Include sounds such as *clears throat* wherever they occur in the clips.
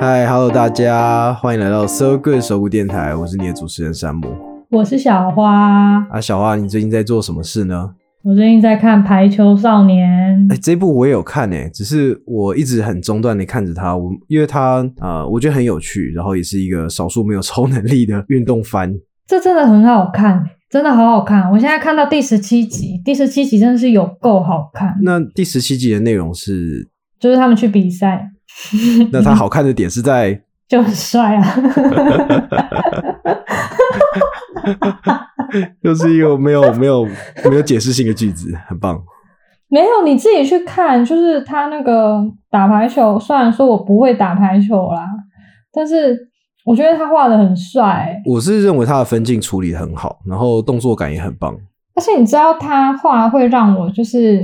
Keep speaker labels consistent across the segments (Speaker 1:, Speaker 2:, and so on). Speaker 1: 嗨，Hello，大家欢迎来到 So Good 手鼓电台，我是你的主持人山姆。
Speaker 2: 我是小花，
Speaker 1: 啊，小花，你最近在做什么事呢？
Speaker 2: 我最近在看《排球少年
Speaker 1: 哎、》，这部我也有看诶、只是我一直很中断的看着它，我因为它呃，我觉得很有趣，然后也是一个少数没有超能力的运动番。 *laughs*
Speaker 2: 这真的很好看，真的好好看。我现在看到第十七集，第十七集真的是有够好看，
Speaker 1: 那第十七集的内容是， *laughs*
Speaker 2: 就是他们去比赛，
Speaker 1: 那它好看的点是在
Speaker 2: 就很帅啊。
Speaker 1: 又是一个没有 *laughs* 没有没有解释性的句子，很棒。
Speaker 2: 没有，你自己去看，就是他那个打排球，虽然说我不会打排球啦，但是我觉得他画的很帅，
Speaker 1: 我是认为它的分镜处理得很好，然后动作感也很棒。
Speaker 2: 而且你知道他画会让我就是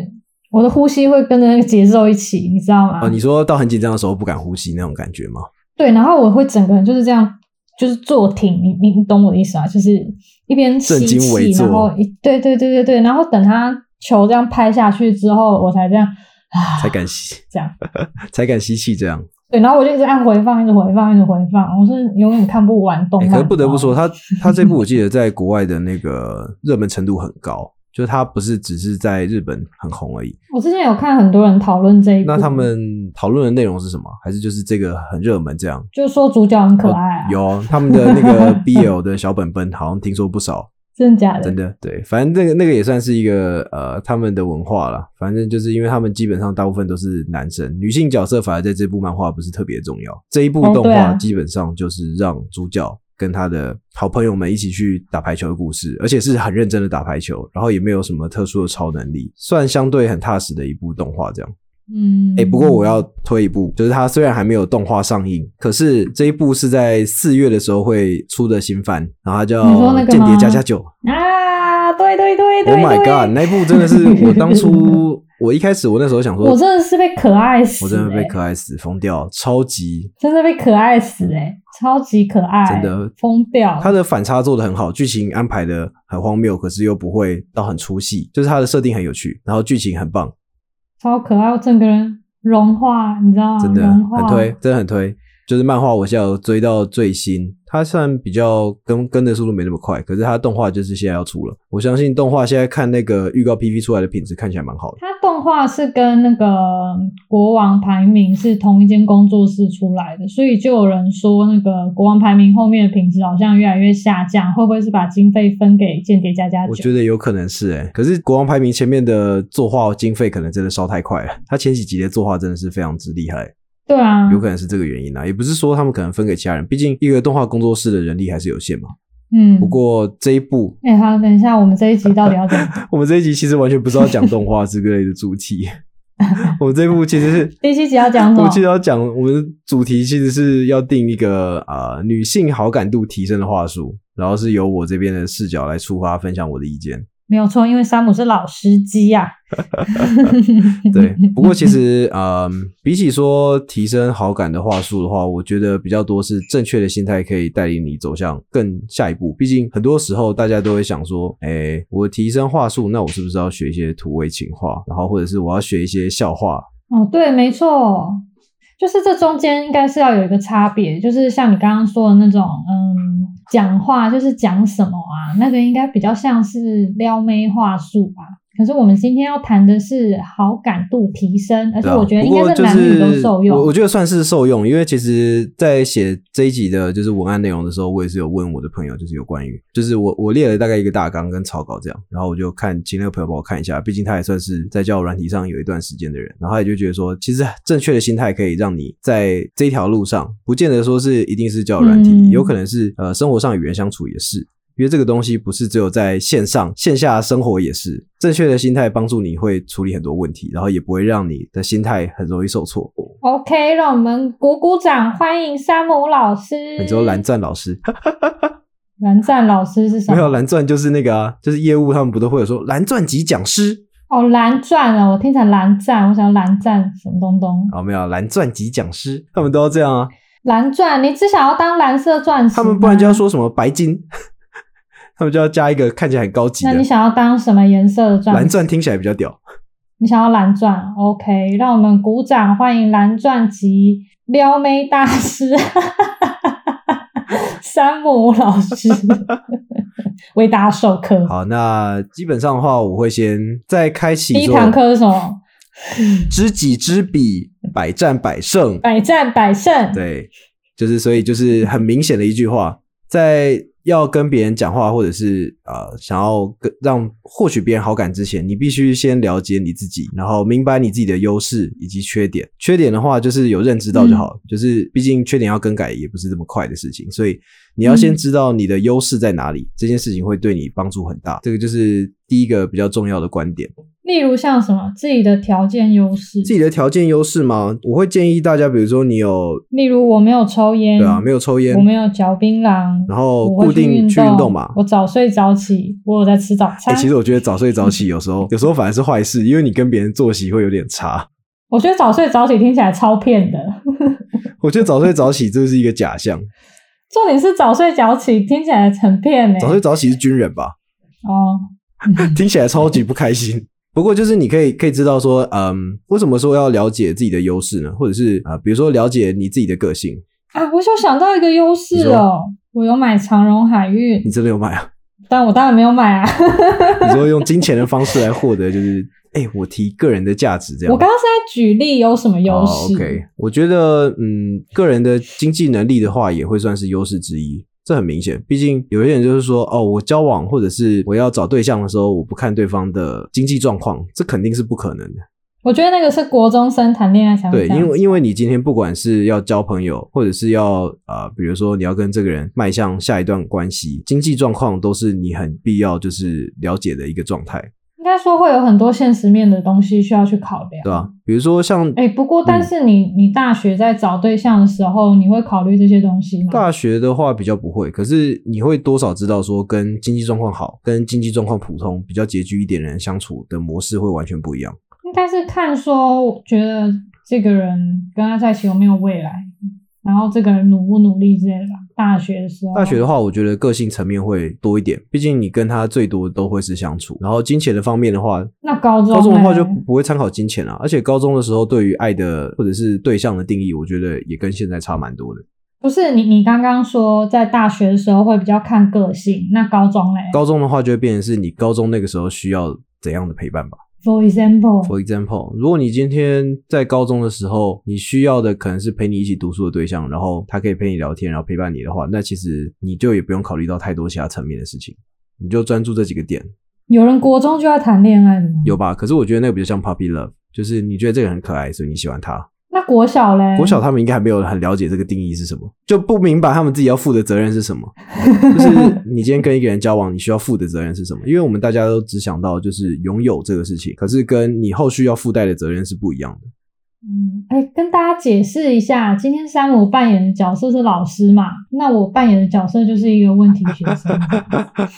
Speaker 2: 我的呼吸会跟着那个节奏一起，你知道吗？
Speaker 1: 啊，你说到很紧张的时候不敢呼吸那种感觉吗？
Speaker 2: 对，然后我会整个人就是这样，就是坐挺，你你你懂我的意思啊？就是一边吸
Speaker 1: 正襟危
Speaker 2: 气，然
Speaker 1: 坐
Speaker 2: 后一对对对对对，然后等他球这样拍下去之后，我才这样啊，
Speaker 1: 才敢吸，
Speaker 2: 这样
Speaker 1: *laughs* 才敢吸气这样。
Speaker 2: 对，然后我就一直按回放，一直回放，一直回放，我是永远看不完动
Speaker 1: 哎、
Speaker 2: 漫、
Speaker 1: 可是不得不说，，
Speaker 2: *laughs*
Speaker 1: 他他这部我记得在国外的那个热门程度很高，就是他不是只是在日本很红而已。
Speaker 2: 我之前有看很多人讨论这一部，
Speaker 1: 那他们讨论的内容是什么？还是就是这个很热门这样？哦
Speaker 2: 就说主角很可爱、啊，
Speaker 1: 呃有他们的那个 BL 的小本本，好像听说不少，
Speaker 2: 真的假的？
Speaker 1: 真的对。反正那个那个也算是一个呃他们的文化啦。反正就是因为他们基本上大部分都是男生，女性角色反而在这部漫画不是特别重要。这一部
Speaker 2: 哦
Speaker 1: 动
Speaker 2: 对
Speaker 1: 画
Speaker 2: 啊
Speaker 1: 基本上就是让主角跟他的好朋友们一起去打排球的故事，而且是很认真的打排球，然后也没有什么特殊的超能力，算相对很踏实的一部动画这样。
Speaker 2: 嗯，
Speaker 1: 哎、不过我要推一部，就是它虽然还没有动画上映，可是这一部是在四月的时候会出的新番，然后它叫
Speaker 2: 你说那
Speaker 1: 《
Speaker 2: 个
Speaker 1: 间谍
Speaker 2: 吗
Speaker 1: 加加九》。
Speaker 2: 啊，对对对 *laughs* 对
Speaker 1: Oh my
Speaker 2: 对
Speaker 1: god！那一部真的是我当
Speaker 2: *laughs*
Speaker 1: 初，我一开始我那时候想说，
Speaker 2: 我真的是被可爱死、欸，
Speaker 1: 我真的被可爱死，疯掉，超级。
Speaker 2: 真的被可爱死哎、超级可爱，
Speaker 1: 真的
Speaker 2: 疯掉。
Speaker 1: 它的反差做的很好，剧情安排的很荒谬，可是又不会到很出戏，就是它的设定很有趣，然后剧情很棒，
Speaker 2: 哦超可爱，我整个人融化，你知道吗？
Speaker 1: 真的
Speaker 2: 融化
Speaker 1: 很推，真的很推。就是漫画，我现在有追到最新，它虽然比较跟跟的速度没那么快，可是它动画就是现在要出了。我相信动画现在看那个预告 PV 出来的品质看起来蛮好的。
Speaker 2: 它动画是跟那个国王排名是同一间工作室出来的，所以就有人说那个国王排名后面的品质好像越来越下降，会不会是把经费分给间谍加加
Speaker 1: 我
Speaker 2: 九？
Speaker 1: 觉得有可能是哎、可是国王排名前面的作画经费可能真的烧太快了，他前几集的作画真的是非常之厉害，
Speaker 2: 对啊，
Speaker 1: 有可能是这个原因啊，也不是说他们可能分给其他人，毕竟一个动画工作室的人力还是有限嘛。
Speaker 2: 嗯。
Speaker 1: 不过这一部，
Speaker 2: 哎、好，等一下，我们这一集到底要怎么？。
Speaker 1: 我们这一集其实完全不是要讲动画之类的主题，我们这一部其实是
Speaker 2: *laughs* 第七集要讲什
Speaker 1: 我
Speaker 2: 么？
Speaker 1: 记得要讲，我们的主题其实是要定一个呃女性好感度提升的话术，然后是由我这边的视角来出发分享我的意见。
Speaker 2: *laughs* 没有错，因为山姆是老司机啊呀、 *laughs*
Speaker 1: 对，不过其实，嗯，比起说提升好感的话术的话，我觉得比较多是正确的心态可以带领你走向更下一步。毕竟很多时候大家都会想说，哎，我提升话术，那我是不是要学一些土味情话，然后或者是我要学一些笑话？
Speaker 2: 哦，对，没错，就是这中间应该是要有一个差别，就是像你刚刚说的那种，嗯，讲话就是讲什么啊，那个应该比较像是撩妹话术吧。可是我们今天要谈的是好感度提升，而且
Speaker 1: 对啊，
Speaker 2: 我觉得
Speaker 1: 不
Speaker 2: 应
Speaker 1: 过
Speaker 2: 该
Speaker 1: 就是
Speaker 2: 男女都受用。
Speaker 1: 我我觉得算是受用，因为其实，在写这一集的就是文案内容的时候，我也是有问我的朋友，就是有关于，就是我我列了大概一个大纲跟草稿这样，然后我就看请那个朋友帮我看一下，毕竟他也算是在交友软体上有一段时间的人，然后他也就觉得说，其实正确的心态可以让你在这条路上，不见得说是一定是交友软体，
Speaker 2: 嗯
Speaker 1: 有可能是呃生活上与人相处也是，因为这个东西不是只有在线上，线下生活也是。正确的心态帮助你会处理很多问题，然后也不会让你的心态很容易受挫。
Speaker 2: OK，让我们鼓鼓掌，欢迎山姆老师。
Speaker 1: 你知道蓝钻老师
Speaker 2: 蓝湛老师是
Speaker 1: *laughs*
Speaker 2: 什
Speaker 1: 没有
Speaker 2: 么？
Speaker 1: 蓝钻就是那个啊，就是业务他们不都会有说蓝钻级讲师
Speaker 2: 哦，蓝钻啊，我听成蓝湛，我想蓝湛什么东东。
Speaker 1: 啊、没有蓝钻级讲师，他们都要这样啊，
Speaker 2: 蓝钻，你只想要当蓝色钻石吗？
Speaker 1: 他们不然就要说什么白金， *laughs* 他们就要加一个看起来很高级
Speaker 2: 那
Speaker 1: 的
Speaker 2: 你想要当什么颜色的钻？
Speaker 1: 蓝钻，听起来比较屌。
Speaker 2: 你想要蓝钻？OK，让我们鼓掌欢迎蓝钻级撩妹大师， *laughs* 山姆
Speaker 1: *laughs*
Speaker 2: 老师为大家授课。
Speaker 1: 好，那基本上的话，我会先在开启
Speaker 2: 第一
Speaker 1: 之后
Speaker 2: 堂课是什么？
Speaker 1: 知己知彼，百战百胜。
Speaker 2: 百战百 *laughs* 胜。
Speaker 1: 对，就是所以就是很明显的一句话，在要跟别人讲话，或者是呃想要跟让获取别人好感之前，你必须先了解你自己，然后明白你自己的优势以及缺点。缺点的话，就是有认知到
Speaker 2: 嗯
Speaker 1: 就好了，就是毕竟缺点要更改也不是这么快的事情，所以你要先
Speaker 2: 嗯
Speaker 1: 知道你的优势在哪里，这件事情会对你帮助很大。这个就是第一个比较重要的观点。
Speaker 2: 例如像什么自己的条件优势，
Speaker 1: 自己的条件优势吗？我会建议大家，比如说你有
Speaker 2: 例如我没有抽烟，
Speaker 1: 对啊，没有抽烟
Speaker 2: 嗯我，没有嚼槟榔，
Speaker 1: 然后
Speaker 2: 我会
Speaker 1: 固定去
Speaker 2: 去
Speaker 1: 运动嘛。
Speaker 2: 我早睡早起，我有在吃早
Speaker 1: 哎、
Speaker 2: 餐。
Speaker 1: 其实我觉得早睡早
Speaker 2: *laughs*
Speaker 1: 起有时候有时候反而是坏事，因为你跟别人作息会有点差。 *laughs*
Speaker 2: 我觉得早睡早起听起来超骗的，
Speaker 1: 我觉得早睡早起这是一个假象，
Speaker 2: 重点是早睡早起听起来很骗呢、欸
Speaker 1: 早睡早起是军人吧？
Speaker 2: 哦， *laughs*
Speaker 1: 听起来超级不开心。 *laughs* 不过就是你可以可以知道说，嗯，为什么说要了解自己的优势呢？或者是啊、呃比如说了解你自己的个性，
Speaker 2: 啊，我就想到一个优势
Speaker 1: 你
Speaker 2: 哦，我有买长荣海运
Speaker 1: 你，真的有买啊？ *laughs*
Speaker 2: 但我当然没有买啊。
Speaker 1: 你说用金钱的方式来获得，就是哎、我提个人的价值这样。
Speaker 2: *laughs* 我刚刚是在举例有什么优
Speaker 1: 哦
Speaker 2: 势、
Speaker 1: OK，我觉得嗯，个人的经济能力的话，也会算是优势之一。这很明显，毕竟有些人就是说，哦，我交往或者是我要找对象的时候，我不看对方的经济状况，这肯定是不可能的。
Speaker 2: 我觉得那个是国中生谈恋爱才会
Speaker 1: 对，
Speaker 2: 这样
Speaker 1: 因为因为你今天不管是要交朋友，或者是要呃，比如说你要跟这个人迈向下一段关系，经济状况都是你很必要就是了解的一个状态，
Speaker 2: 应该说会有很多现实面的东西需要去考量，
Speaker 1: 对吧、啊嗯比如说像
Speaker 2: 哎、不过但是你、你大学在找对象的时候，你会考虑这些东西吗？
Speaker 1: 大学的话比较不会，可是你会多少知道说跟经济状况好、跟经济状况普通、比较拮据一点的人相处的模式会完全不一样。
Speaker 2: 应该是看说，觉得这个人跟他在一起有没有未来，然后这个人努不努力之类的吧。大学的时候，
Speaker 1: 大学的话，我觉得个性层面会多一点，毕竟你跟他最多都会是相处。然后金钱的方面的话，
Speaker 2: 那高中
Speaker 1: 高中的话
Speaker 2: 嘞
Speaker 1: 就不不会参考金钱啊了、而且高中的时候对于爱的或者是对象的定义，我觉得也跟现在差蛮多的。
Speaker 2: 不是你你刚刚说在大学的时候会比较看个性，那高中嘞
Speaker 1: 高中的话就会变成是你高中那个时候需要怎样的陪伴吧。
Speaker 2: ？For example，
Speaker 1: For example，如果你今天在高中的时候，你需要的可能是陪你一起读书的对象，然后他可以陪你聊天，然后陪伴你的话，那其实你就也不用考虑到太多其他层面的事情，你就专注这几个点，
Speaker 2: 有人国中就要谈恋爱的吗？
Speaker 1: 有吧？可是我觉得那个比较像 puppy love，就是你觉得这个人很可爱，所以你喜欢他。
Speaker 2: 那国小嘞？
Speaker 1: 国小他们应该还没有很了解这个定义是什么，就不明白他们自己要负的责任是什么。就是你今天跟一个人交往，你需要负的责任是什么？因为我们大家都只想到就是拥有这个事情，可是跟你后续要附带的责任是不一样的。
Speaker 2: 嗯，哎，跟大家解释一下，今天山姆扮演的角色是老师嘛？那我扮演的角色就是一个问题学生。 *laughs*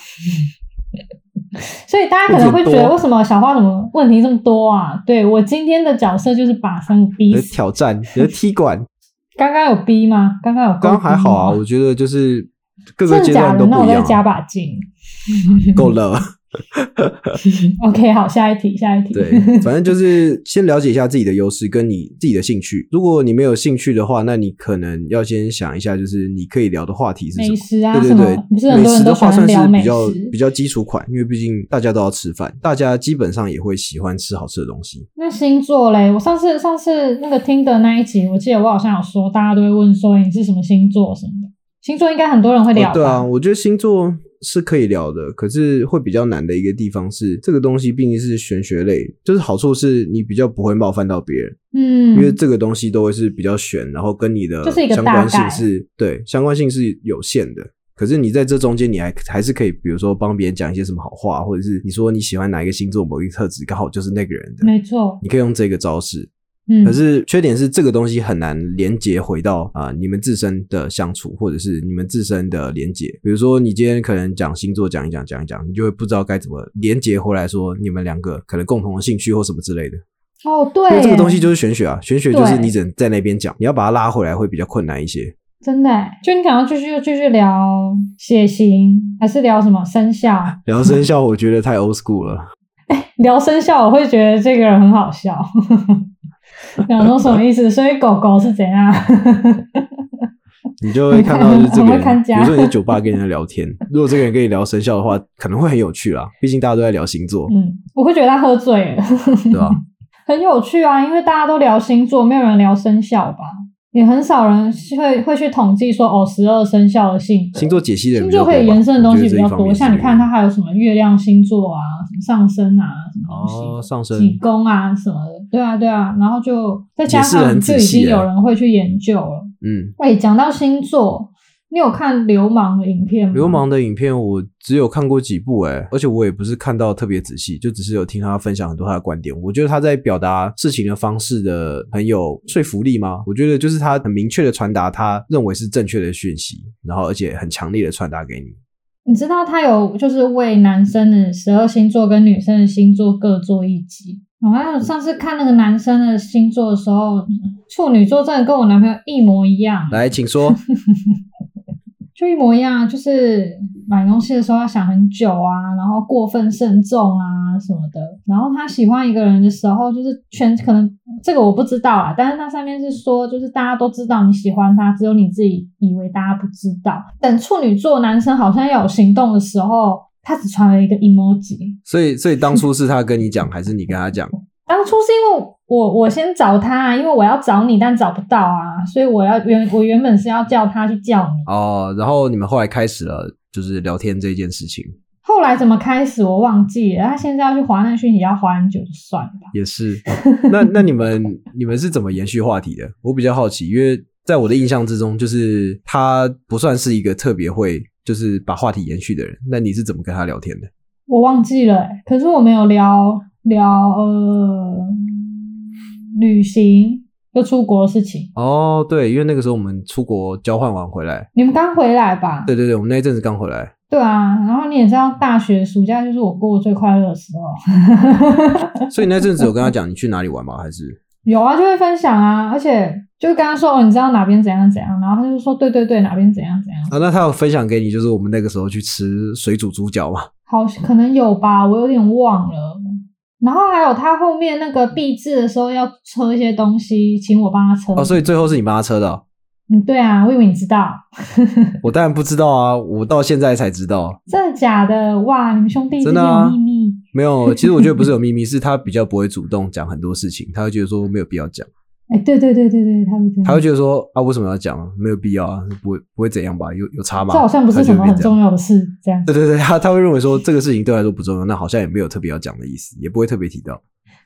Speaker 2: 所以大家可能
Speaker 1: 问
Speaker 2: 会觉
Speaker 1: 题很
Speaker 2: 得，
Speaker 1: 多
Speaker 2: 为什么小花怎么问题这么多啊？对我今天的角色就是把山姆逼
Speaker 1: 你的
Speaker 2: 死。
Speaker 1: 挑战，你的踢
Speaker 2: *laughs*
Speaker 1: 馆，
Speaker 2: 刚刚有逼吗？刚刚有
Speaker 1: 刚刚还好啊，我觉得就是各个阶
Speaker 2: 嗯真的假
Speaker 1: 段
Speaker 2: 的？
Speaker 1: 都
Speaker 2: 那
Speaker 1: 不
Speaker 2: 我
Speaker 1: 一
Speaker 2: 再
Speaker 1: 样
Speaker 2: 加
Speaker 1: 啊、
Speaker 2: 把劲。 *laughs*
Speaker 1: 够了。
Speaker 2: OK，好，下一题，下一题。
Speaker 1: 对，反正就是先了解一下自己的优势跟你自己的兴趣。如果你没有兴趣的话，那你可能要先想一下，就是你可以聊的话题是什
Speaker 2: 美
Speaker 1: 么。
Speaker 2: 食啊，
Speaker 1: 对
Speaker 2: 什
Speaker 1: 对
Speaker 2: 么
Speaker 1: 对，
Speaker 2: 不是很
Speaker 1: 美
Speaker 2: 多
Speaker 1: 食
Speaker 2: 人都
Speaker 1: 的
Speaker 2: 喜
Speaker 1: 话算
Speaker 2: 欢
Speaker 1: 是
Speaker 2: 聊
Speaker 1: 比
Speaker 2: 美
Speaker 1: 较
Speaker 2: 食
Speaker 1: 比较基础款，因为毕竟大家都要吃饭，大家基本上也会喜欢吃好吃的东西。
Speaker 2: 那星座嘞？我上次上次那个听的那一集，我记得我好像有说，大家都会问说你是什么星座什么的。星座应该很多人会聊吧、
Speaker 1: 哦对啊，我觉得星座是可以聊的，可是会比较难的一个地方是，这个东西毕竟是玄学类，就是好处是你比较不会冒犯到别人，因为
Speaker 2: 嗯，
Speaker 1: 这个东西都会是比较玄，然后跟你的
Speaker 2: 就是一个
Speaker 1: 相
Speaker 2: 大
Speaker 1: 关性
Speaker 2: 概
Speaker 1: 是对相关性是有限的。可是你在这中间，你还还是可以，比如说帮别人讲一些什么好话，或者是你说你喜欢哪一个星座某一个特质，刚好就是那个人的，
Speaker 2: 没错，
Speaker 1: 你可以用这个招式。
Speaker 2: 嗯，
Speaker 1: 可是缺点是这个东西很难连接回到啊、你们自身的相处，或者是你们自身的连接。比如说你今天可能讲星座讲一讲讲一讲，你就会不知道该怎么连接回来说你们两个可能共同的兴趣或什么之类的。
Speaker 2: 哦，对耶，
Speaker 1: 因为这个东西就是玄学啊，玄学就是
Speaker 2: 对
Speaker 1: 你只能在那边讲，你要把它拉回来会比较困难一
Speaker 2: *laughs*
Speaker 1: 些。
Speaker 2: 真的耶，就你想要继续继续聊血型，还是聊什么生肖？
Speaker 1: 然后生
Speaker 2: *laughs*
Speaker 1: 肖我觉得太 old school 了，
Speaker 2: 聊生肖，我会觉得这个人很好笑。 *laughs* 想说什么意思？所以狗狗是怎样？ *laughs*
Speaker 1: 你就会看到就是这
Speaker 2: 很
Speaker 1: 个
Speaker 2: 会
Speaker 1: 人，
Speaker 2: 看
Speaker 1: 比
Speaker 2: 家
Speaker 1: 如说你在酒吧跟人家聊
Speaker 2: *laughs*
Speaker 1: 天，如果这个人跟你聊生肖的话，可能会很有趣啦，啊毕竟大家都在聊星座，
Speaker 2: 嗯，我会觉得他喝醉了，
Speaker 1: 对吧？
Speaker 2: 很有趣啊，因为大家都聊星座，没有人聊生肖吧？也很少人会会去统计说哦，十二生肖的性格
Speaker 1: 星座解析的人
Speaker 2: 星
Speaker 1: 比较
Speaker 2: 座可以
Speaker 1: 多吧
Speaker 2: 延伸的东
Speaker 1: 我
Speaker 2: 西
Speaker 1: 觉
Speaker 2: 比
Speaker 1: 得这
Speaker 2: 较
Speaker 1: 一方
Speaker 2: 多，
Speaker 1: 面
Speaker 2: 像
Speaker 1: 是
Speaker 2: 你看它还有什么月亮星座啊、什么上升啊、什么东
Speaker 1: 哦，
Speaker 2: 西、
Speaker 1: 上升
Speaker 2: 几宫啊什么的，对啊对啊，然后就再加
Speaker 1: 解释得很
Speaker 2: 上就
Speaker 1: 仔
Speaker 2: 已
Speaker 1: 细
Speaker 2: 经有
Speaker 1: 欸
Speaker 2: 人会去研究了。
Speaker 1: 嗯，
Speaker 2: 哎、讲到星座，你有看《流氓》的影片吗？
Speaker 1: 流氓的影片我只有看过几部哎、而且我也不是看到特别仔细，就只是有听他分享很多他的观点。我觉得他在表达事情的方式的很有说服力吗？我觉得就是他很明确的传达他认为是正确的讯息，然后而且很强烈的传达给你。
Speaker 2: 你知道他有就是为男生的十二星座跟女生的星座各做一集。我还有上次看那个男生的星座的时候，处女座真的跟我男朋友一模一样，
Speaker 1: 来，请说。
Speaker 2: 就一模一样，啊就是买东西的时候要想很久啊，然后过分慎重啊什么的。然后他喜欢一个人的时候，就是全可能这个我不知道啊，但是它上面是说，就是大家都知道你喜欢他，只有你自己以为大家不知道。等处女座男生好像要有行动的时候，他只传了一个 emoji。
Speaker 1: 所以，所以当初是他跟你讲，还是你跟他讲？
Speaker 2: 当初是因为我我先找他、啊，因为我要找你，但找不到啊，所以我要原我原本是要叫他去叫你。
Speaker 1: 哦，然后你们后来开始了就是聊天这件事情，
Speaker 2: 后来怎么开始我忘记了，他现在要去华南讯息，要华很久就算了吧。
Speaker 1: 也是。那那你们你们是怎么延续话题的？我比较好奇，因为在我的印象之中，就是他不算是一个特别会就是把话题延续的人。那你是怎么跟他聊天的？
Speaker 2: 我忘记了欸、可是我没有聊聊呃旅行又出国的事情。
Speaker 1: 哦，对，因为那个时候我们出国交换完回来，
Speaker 2: 你们刚回来吧？
Speaker 1: 对对对，我们那一阵子刚回来，
Speaker 2: 对啊，然后你也知道，大学暑假就是我过最快乐的时候。 *laughs*
Speaker 1: 所以那阵子有跟他讲你去哪里玩吗？还是
Speaker 2: 有啊，就会分享啊，而且就跟他说哦，你知道哪边怎样怎样，然后他就说对对对，哪边怎样怎样。
Speaker 1: 啊？那他有分享给你，就是我们那个时候去吃水煮猪脚嘛？
Speaker 2: 好，可能有吧，我有点忘了。然后还有他后面那
Speaker 1: 嗯
Speaker 2: 个闭制的时候要车一些东西，请我帮他车。
Speaker 1: 哦，所以最后是你帮他车的哦、
Speaker 2: 嗯，对啊，我以为你知道，
Speaker 1: 我当然不知道啊，我到现在才知道。
Speaker 2: 真的假的？哇，你们兄弟之
Speaker 1: 真
Speaker 2: 间
Speaker 1: 的啊
Speaker 2: 有秘密？
Speaker 1: 没有，其实我觉得不是有秘密，是他比较不会主动讲很多事情，他会觉得说没有必要讲，
Speaker 2: 哎、对对对对对，他会这样。
Speaker 1: 他会觉得说啊为什么要讲，没有必要啊，不会不会怎样吧，有有差吗？
Speaker 2: 这好像不是什么很重
Speaker 1: 要。
Speaker 2: 要的事，这样。
Speaker 1: 对对对，他他会认为说这个事情对他来说不重要，那好像也没有特别要讲的意思，也不会特别提到。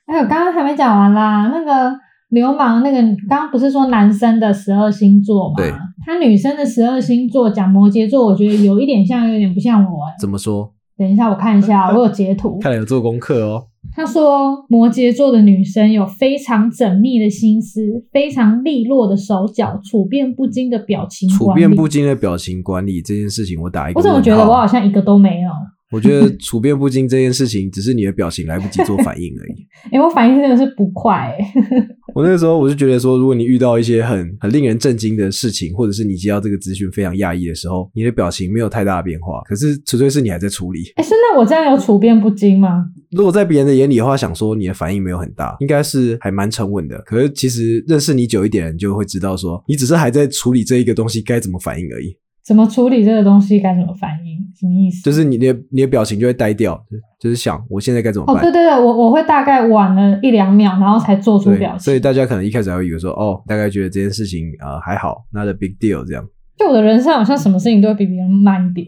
Speaker 2: 还哎有刚刚还没讲完啦，那个流氓那个，刚刚不是说男生的十二星座嘛
Speaker 1: 对？
Speaker 2: 他女生的十二星座讲摩羯座，我觉得有一点像，有点不像我、哎
Speaker 1: 怎么说？
Speaker 2: 等一下，我看一
Speaker 1: 呃
Speaker 2: 下，我有截图。
Speaker 1: 看来有做功课哦。
Speaker 2: 他说，摩羯座的女生有非常缜密的心思，非常利落的手脚，处变不惊的表情
Speaker 1: 处
Speaker 2: 管理
Speaker 1: 变不惊的哦表情管理这件事情，我打一个
Speaker 2: 我
Speaker 1: 问号。
Speaker 2: 怎么觉得我好像一个都没有？
Speaker 1: 我觉得处变不惊这件事情，只是你的表情来不及做反应而已。
Speaker 2: 诶、我反应真的是不快、欸诶
Speaker 1: *laughs* 我那个时候我就觉得说，如果你遇到一些很很令人震惊的事情，或者是你接到这个资讯非常讶异的时候，你的表情没有太大的变化，可是纯粹是你还在处理。
Speaker 2: 诶是那我这样有处变不惊吗？
Speaker 1: 如果在别人的眼里的话，想说你的反应没有很大，应该是还蛮沉稳的。可是其实认识你久一点的人就会知道说，你只是还在处理这一个东西该怎么反应而已，
Speaker 2: 怎么处理这个东西？该怎么反应？什么意思？
Speaker 1: 就是你的你的表情就会呆掉，就是想我现在该怎么
Speaker 2: 哦，
Speaker 1: 办。
Speaker 2: 对对对，我我会大概晚了一两秒，然后才做出
Speaker 1: 对
Speaker 2: 表，
Speaker 1: 所以
Speaker 2: 情。
Speaker 1: 大家可能一开始还会以为说，哦，大概觉得这件事情呃还好，not a big deal 这样。
Speaker 2: 就我的人生好像什么事情都会比别人慢一点。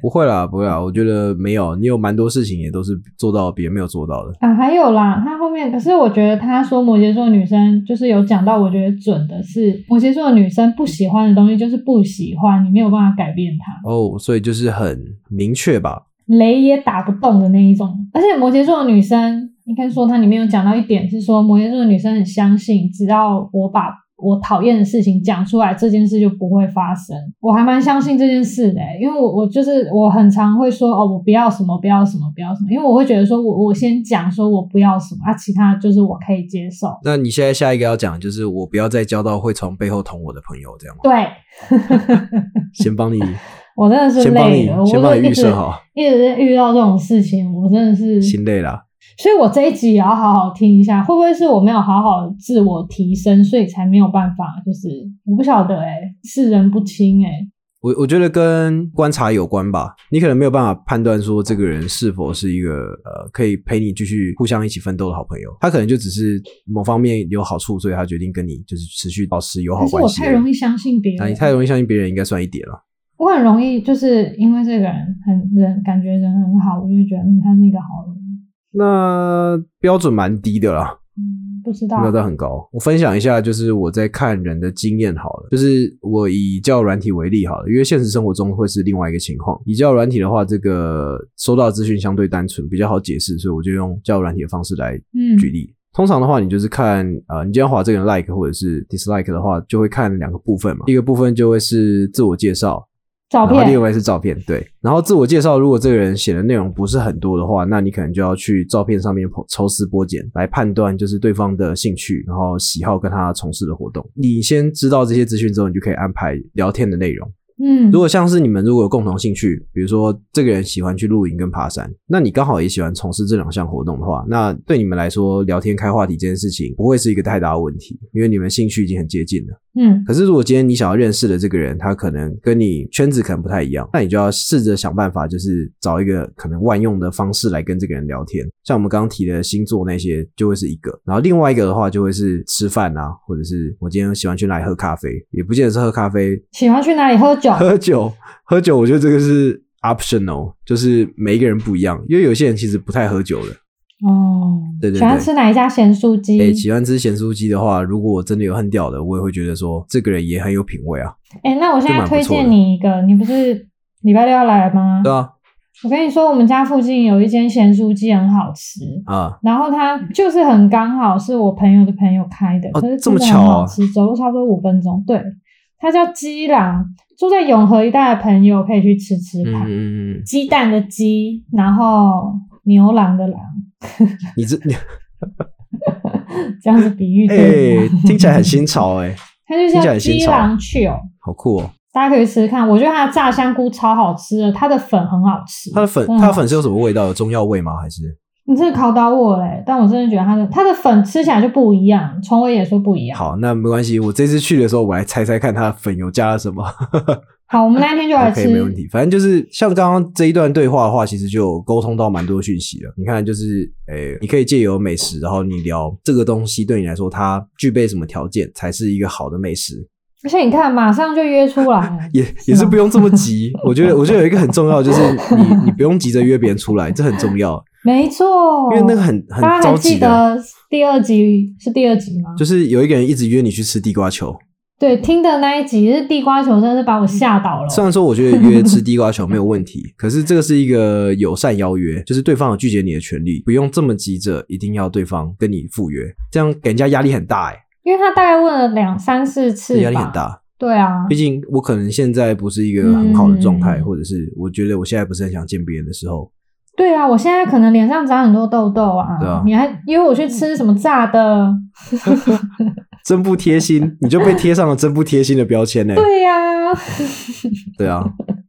Speaker 1: 不会啦，不会啊啦，我觉得没有，你有蛮多事情也都是做到别人没有做到的。
Speaker 2: 啊，还有啦，他后面可是我觉得他说摩羯座女生就是有讲到，我觉得准的是摩羯座女生不喜欢的东西就是不喜欢，你没有办法改变它，
Speaker 1: 哦、所以就是很明确吧？
Speaker 2: 雷也打不动的那一种。而且摩羯座的女生，应该说它里面有讲到一点是说，摩羯座的女生很相信，只要我把我讨厌的事情讲出来，这件事就不会发生。我还蛮相信这件事的欸、因为我我就是我很常会说哦，我不要什么，不要什么，不要什么，因为我会觉得说我我先讲说我不要什么啊，其他就是我可以接受。
Speaker 1: 那你现在下一个要讲的就是我不要再交到会从背后捅我的朋友，这样吗？
Speaker 2: *laughs* 对
Speaker 1: 先帮你，
Speaker 2: 我 *laughs* 真的是
Speaker 1: 先帮
Speaker 2: 累啊
Speaker 1: 你
Speaker 2: 了，我，
Speaker 1: 先
Speaker 2: 就
Speaker 1: 帮你
Speaker 2: 一
Speaker 1: 预
Speaker 2: 直
Speaker 1: 设好，
Speaker 2: 一直遇到这种事情，我真的是
Speaker 1: 心累啦。
Speaker 2: 所以我这一集也要好好听一下，会不会是我没有好好自我提升，所以才没有办法？就是我不晓得哎、世人不清哎、
Speaker 1: 我我觉得跟观察有关吧，你可能没有办法判断说这个人是否是一个呃可以陪你继续互相一起奋斗的好朋友，他可能就只是某方面有好处，所以他决定跟你就是持续保持友好
Speaker 2: 还是
Speaker 1: 关
Speaker 2: 我
Speaker 1: 系。欸
Speaker 2: 太容易相信别
Speaker 1: 啊，你
Speaker 2: 人，
Speaker 1: 太容易相信别人，应该算一点了。
Speaker 2: 我很容易就是因为这个人很人感觉人很好，我就会觉得嗯他是一个好人，
Speaker 1: 那标准蛮低的啦，
Speaker 2: 嗯，不知道
Speaker 1: 没有到很高。我分享一下，就是我在看人的经验好了，就是我以教软体为例好了，因为现实生活中会是另外一个情况。以教软体的话，这个收到的资讯相对单纯，比较好解释，所以我就用教软体的方式来
Speaker 2: 嗯
Speaker 1: 举例。通常的话，你就是看呃，你今天划这个人 like 或者是 dislike 的话，就会看两个部分嘛。第一个部分就会是自我介绍，
Speaker 2: 照
Speaker 1: 然后
Speaker 2: 片
Speaker 1: 另外是照片，对。然后自我介绍，如果这个人写的内容不是很多的话，那你可能就要去照片上面剖抽丝剥茧来判断，就是对方的兴趣、然后喜好跟他从事的活动。你先知道这些资讯之后，你就可以安排聊天的内容。
Speaker 2: 嗯，
Speaker 1: 如果像是你们如果有共同兴趣，比如说这个人喜欢去露营跟爬山，那你刚好也喜欢从事这两项活动的话，那对你们来说聊天开话题这件事情不会是一个太大的问题，因为你们兴趣已经很接近了。
Speaker 2: 嗯
Speaker 1: 可是如果今天你想要认识的这个人，他可能跟你圈子可能不太一样，那你就要试着想办法，就是找一个可能万用的方式来跟这个人聊天。像我们刚刚提的星座那些，就会是一个，然后另外一个的话就会是吃饭啊，或者是我今天喜欢去哪里喝咖啡，也不见得是喝咖啡，
Speaker 2: 喜欢去哪里喝酒，
Speaker 1: 喝酒，喝酒，我觉得这个是 optional，就是每一个人不一样，因为有些人其实不太喝酒的。
Speaker 2: 哦，
Speaker 1: 对对
Speaker 2: 喜欢
Speaker 1: 对
Speaker 2: 吃哪一家咸酥鸡？
Speaker 1: 诶、喜欢吃咸酥鸡的话，如果我真的有恨掉的，我也会觉得说这个人也很有品味啊。
Speaker 2: 哎、那我现
Speaker 1: 就
Speaker 2: 在
Speaker 1: 蛮不
Speaker 2: 推
Speaker 1: 错的
Speaker 2: 荐你一个，你不是礼拜六要来吗？
Speaker 1: 对啊，
Speaker 2: 我跟你说，我们家附近有一间咸酥鸡很好吃，
Speaker 1: 啊，
Speaker 2: 然后它就是很刚好是我朋友的朋友开的，
Speaker 1: 哦
Speaker 2: 可是
Speaker 1: 这么
Speaker 2: 真的
Speaker 1: 巧
Speaker 2: 很
Speaker 1: 啊
Speaker 2: 好吃，走路差不多五分钟。对，它叫鸡郎，住在永和一带的朋友可以去吃吃
Speaker 1: 嗯
Speaker 2: 看。
Speaker 1: 嗯嗯，嗯
Speaker 2: 鸡蛋的鸡，然后牛郎的郎，
Speaker 1: 你
Speaker 2: *laughs*
Speaker 1: 这你
Speaker 2: 这样子比喻
Speaker 1: 哎、
Speaker 2: 对吗？
Speaker 1: 听起来很新潮哎、
Speaker 2: 它就
Speaker 1: 听起来
Speaker 2: 叫
Speaker 1: 很新
Speaker 2: 鸡
Speaker 1: 潮
Speaker 2: 郎 c
Speaker 1: 好酷哦。
Speaker 2: 大家可以试试看。我觉得它的炸香菇超好吃的，它的粉很好吃。
Speaker 1: 它的粉，
Speaker 2: 嗯
Speaker 1: 它的粉是有什么味道？有中药味吗？还是
Speaker 2: 你真的考倒我嘞、欸但我真的觉得它的它的粉吃起来就不一样，从我也说不一样。
Speaker 1: 好，那没关系。我这次去的时候，我来猜猜看它的粉有加了
Speaker 2: *laughs*
Speaker 1: 什么。
Speaker 2: 好，我们那一天就来吃。
Speaker 1: OK，没问题。反正就是像刚刚这一段对话的话，其实就有沟通到蛮多讯息了。你看，就是诶、你可以借由美食，然后你聊这个东西对你来说，它具备什么条件才是一个好的美食，。
Speaker 2: 而且你看，马上就约出来了
Speaker 1: 也也是不用这么
Speaker 2: *laughs*
Speaker 1: 急。我觉得，我觉得有一个很重要，就是你你不用急着约别人出来，这很重要，
Speaker 2: 没错，
Speaker 1: 因为那个很很
Speaker 2: 大家
Speaker 1: 着
Speaker 2: 还记
Speaker 1: 急的，
Speaker 2: 得第二集是第二集吗？
Speaker 1: 就是有一个人一直约你去吃地瓜球。
Speaker 2: 对，听的那一集是地瓜球，真的是把我吓到了。
Speaker 1: 虽然说我觉得约吃地瓜球没有问题，可是这个是一个友善邀约，就是对方有拒绝你的权利，不用这么急着一定要对方跟你赴约，这样给人家压力很大哎、
Speaker 2: 因为他大概问了两三四次
Speaker 1: 欸，压
Speaker 2: 吧，
Speaker 1: 力很。大。
Speaker 2: 对啊
Speaker 1: 毕，竟我可能现在不是一个很好的状态，
Speaker 2: 嗯
Speaker 1: 或者是我觉得我现在不是很想见别人的时候，
Speaker 2: 对啊，我现在可能脸上长很多痘痘啊。
Speaker 1: 对啊哎
Speaker 2: 你还约我去吃什么炸的？
Speaker 1: 真不贴心，你就被贴上了真不贴心的标签呢、
Speaker 2: 对呀、 *laughs*
Speaker 1: 对啊，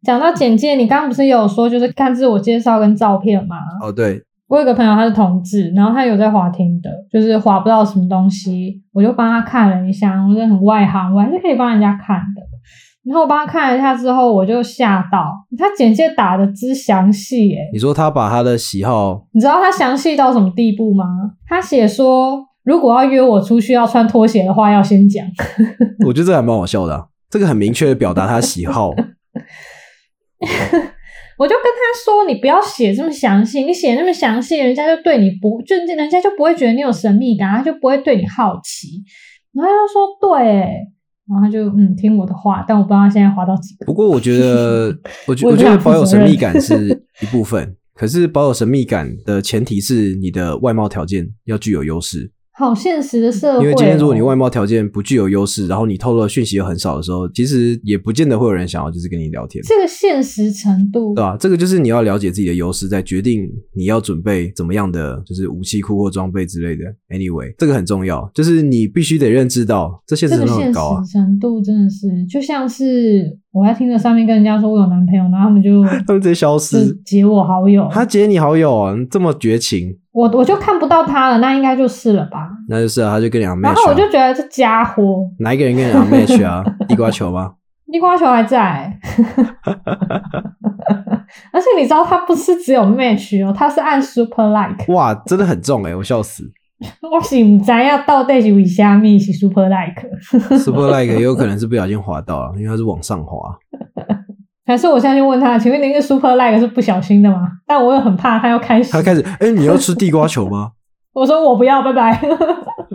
Speaker 2: 讲到简介，你刚刚不是有说就是看自我介绍跟照片吗？
Speaker 1: 哦对，
Speaker 2: 我有个朋友他是同志，然后他有在滑听的，就是滑不到什么东西，我就帮他看了一下，我真的很外行，我还是可以帮人家看的。然后我帮他看了一下之后，我就吓到，他简介打的之详细耶、
Speaker 1: 你说他把他的喜好，
Speaker 2: 你知道他详细到什么地步吗？他写说，如果要约我出去要穿拖鞋的话，要先讲。
Speaker 1: 我觉得这还蛮好笑的啊、这个很明确的表达他喜好，
Speaker 2: 我就跟他说，你不要写这么详细，你写那么详细，人家就对你不，就人家就不会觉得你有神秘感，他就不会对你好奇。然后他就说对欸，然后他就嗯听我的话，但我不知道他现在滑到几个。
Speaker 1: 不过我觉
Speaker 2: *laughs*
Speaker 1: 得，我觉
Speaker 2: 我
Speaker 1: 我
Speaker 2: 也不
Speaker 1: 觉
Speaker 2: 想
Speaker 1: 得保有
Speaker 2: 负责
Speaker 1: 神
Speaker 2: 任
Speaker 1: 秘感是一部分，可是保有神秘感的前提是你的外貌条件要具有优势。
Speaker 2: 好现实的社会哦、
Speaker 1: 因为今天如果你外貌条件不具有优势，然后你透露的讯息又很少的时候，其实也不见得会有人想要就是跟你聊天，
Speaker 2: 这个现实程度，
Speaker 1: 对吧、啊这个就是你要了解自己的优势，再决定你要准备怎么样的就是武器库或装备之类的。Anyway，这个很重要，就是你必须得认知到这现实
Speaker 2: 这个
Speaker 1: 中
Speaker 2: 现
Speaker 1: 很高啊
Speaker 2: 实。程度真的是，就像是我在听着上面跟人家说我
Speaker 1: *laughs*
Speaker 2: 有男朋友，然后他们就
Speaker 1: 他们直接消
Speaker 2: 就
Speaker 1: 失，
Speaker 2: 解我好友，
Speaker 1: 他截你好友啊，你这么绝情，
Speaker 2: 我我就看不到他了，那应该就是了吧。
Speaker 1: 那就是啊，他就跟你 unmatch，、
Speaker 2: 然
Speaker 1: 啊、
Speaker 2: 后我就觉得这家伙
Speaker 1: 哪一个人跟你 unmatch 啊？地瓜球吗？
Speaker 2: 地瓜球还在， *laughs* 而且你知道他不是只有 match 哦，他是按 super like，
Speaker 1: 哇，真的很重哎、我笑死。
Speaker 2: 我是不知要到底是为虾米是 super like，
Speaker 1: Super like 也有可能是不小心滑到啊，因为它是往上滑。
Speaker 2: 还是我现在就问他，请问您个 super like 是不小心的吗？但我又很怕他要开始，
Speaker 1: 他开始，哎、你要吃地瓜球吗？
Speaker 2: 我说我不要，拜拜。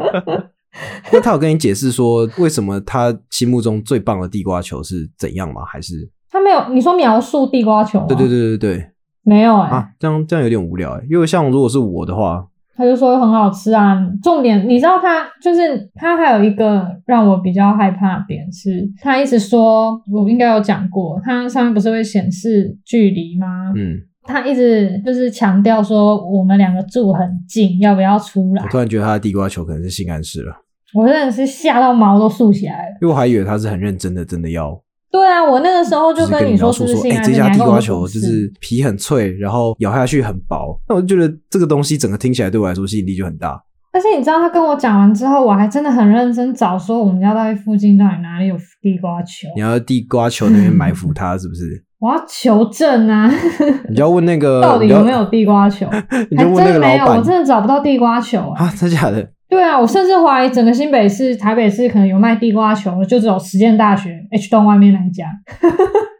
Speaker 2: *laughs*
Speaker 1: 那他有跟你解释说为什么他心目中最棒的地瓜球是怎样吗？还是
Speaker 2: 他没有，你说描述地瓜球吗？
Speaker 1: 对对，对对对
Speaker 2: 没有哎、
Speaker 1: 啊，这样这样有点无聊哎、因为像如果是我的话，
Speaker 2: 他就说很好吃啊。重点你知道他就是他还有一个让我比较害怕的点是，他一直说我应该有讲过，他上面不是会显示距离吗？
Speaker 1: 嗯，
Speaker 2: 他一直就是强调说我们两个住很近，要不要出来
Speaker 1: 我？突然觉得他的地瓜球可能是性暗示了，
Speaker 2: 我真的是吓到毛都竖起来了。
Speaker 1: 因为我还以为他是很认真的，真的要
Speaker 2: 对啊，我那个时候
Speaker 1: 就
Speaker 2: 就是
Speaker 1: 跟
Speaker 2: 你
Speaker 1: 描
Speaker 2: 说是
Speaker 1: 述
Speaker 2: 不是
Speaker 1: 说，
Speaker 2: 性
Speaker 1: 哎、
Speaker 2: 暗示，
Speaker 1: 这
Speaker 2: 你
Speaker 1: 家
Speaker 2: 还
Speaker 1: 地
Speaker 2: 跟我
Speaker 1: 瓜
Speaker 2: 说
Speaker 1: 球
Speaker 2: 不
Speaker 1: 就是皮很脆，然后咬下去很薄，那我就觉得这个东西整个听起来对我来说吸引力就很大。
Speaker 2: 而且你知道他跟我讲完之后，我还真的很认真找说我们家到底附近到底哪里有地瓜球，
Speaker 1: 你要地瓜球那边埋伏他是不是？ *laughs*
Speaker 2: 我要求证啊，
Speaker 1: 你就要问那个
Speaker 2: *laughs* 到
Speaker 1: 呃
Speaker 2: 底
Speaker 1: 你就
Speaker 2: 有
Speaker 1: 要
Speaker 2: 没有地瓜球？还
Speaker 1: *laughs* 你就问那
Speaker 2: 真
Speaker 1: 个
Speaker 2: 的
Speaker 1: 老
Speaker 2: 没有，我
Speaker 1: 板
Speaker 2: 真的找不到地瓜球、啊。
Speaker 1: 啊，真假的？
Speaker 2: 对啊，我甚至怀疑整个新北市、台北市可能有卖地瓜球，就只有实践大学 H 栋外面那一家。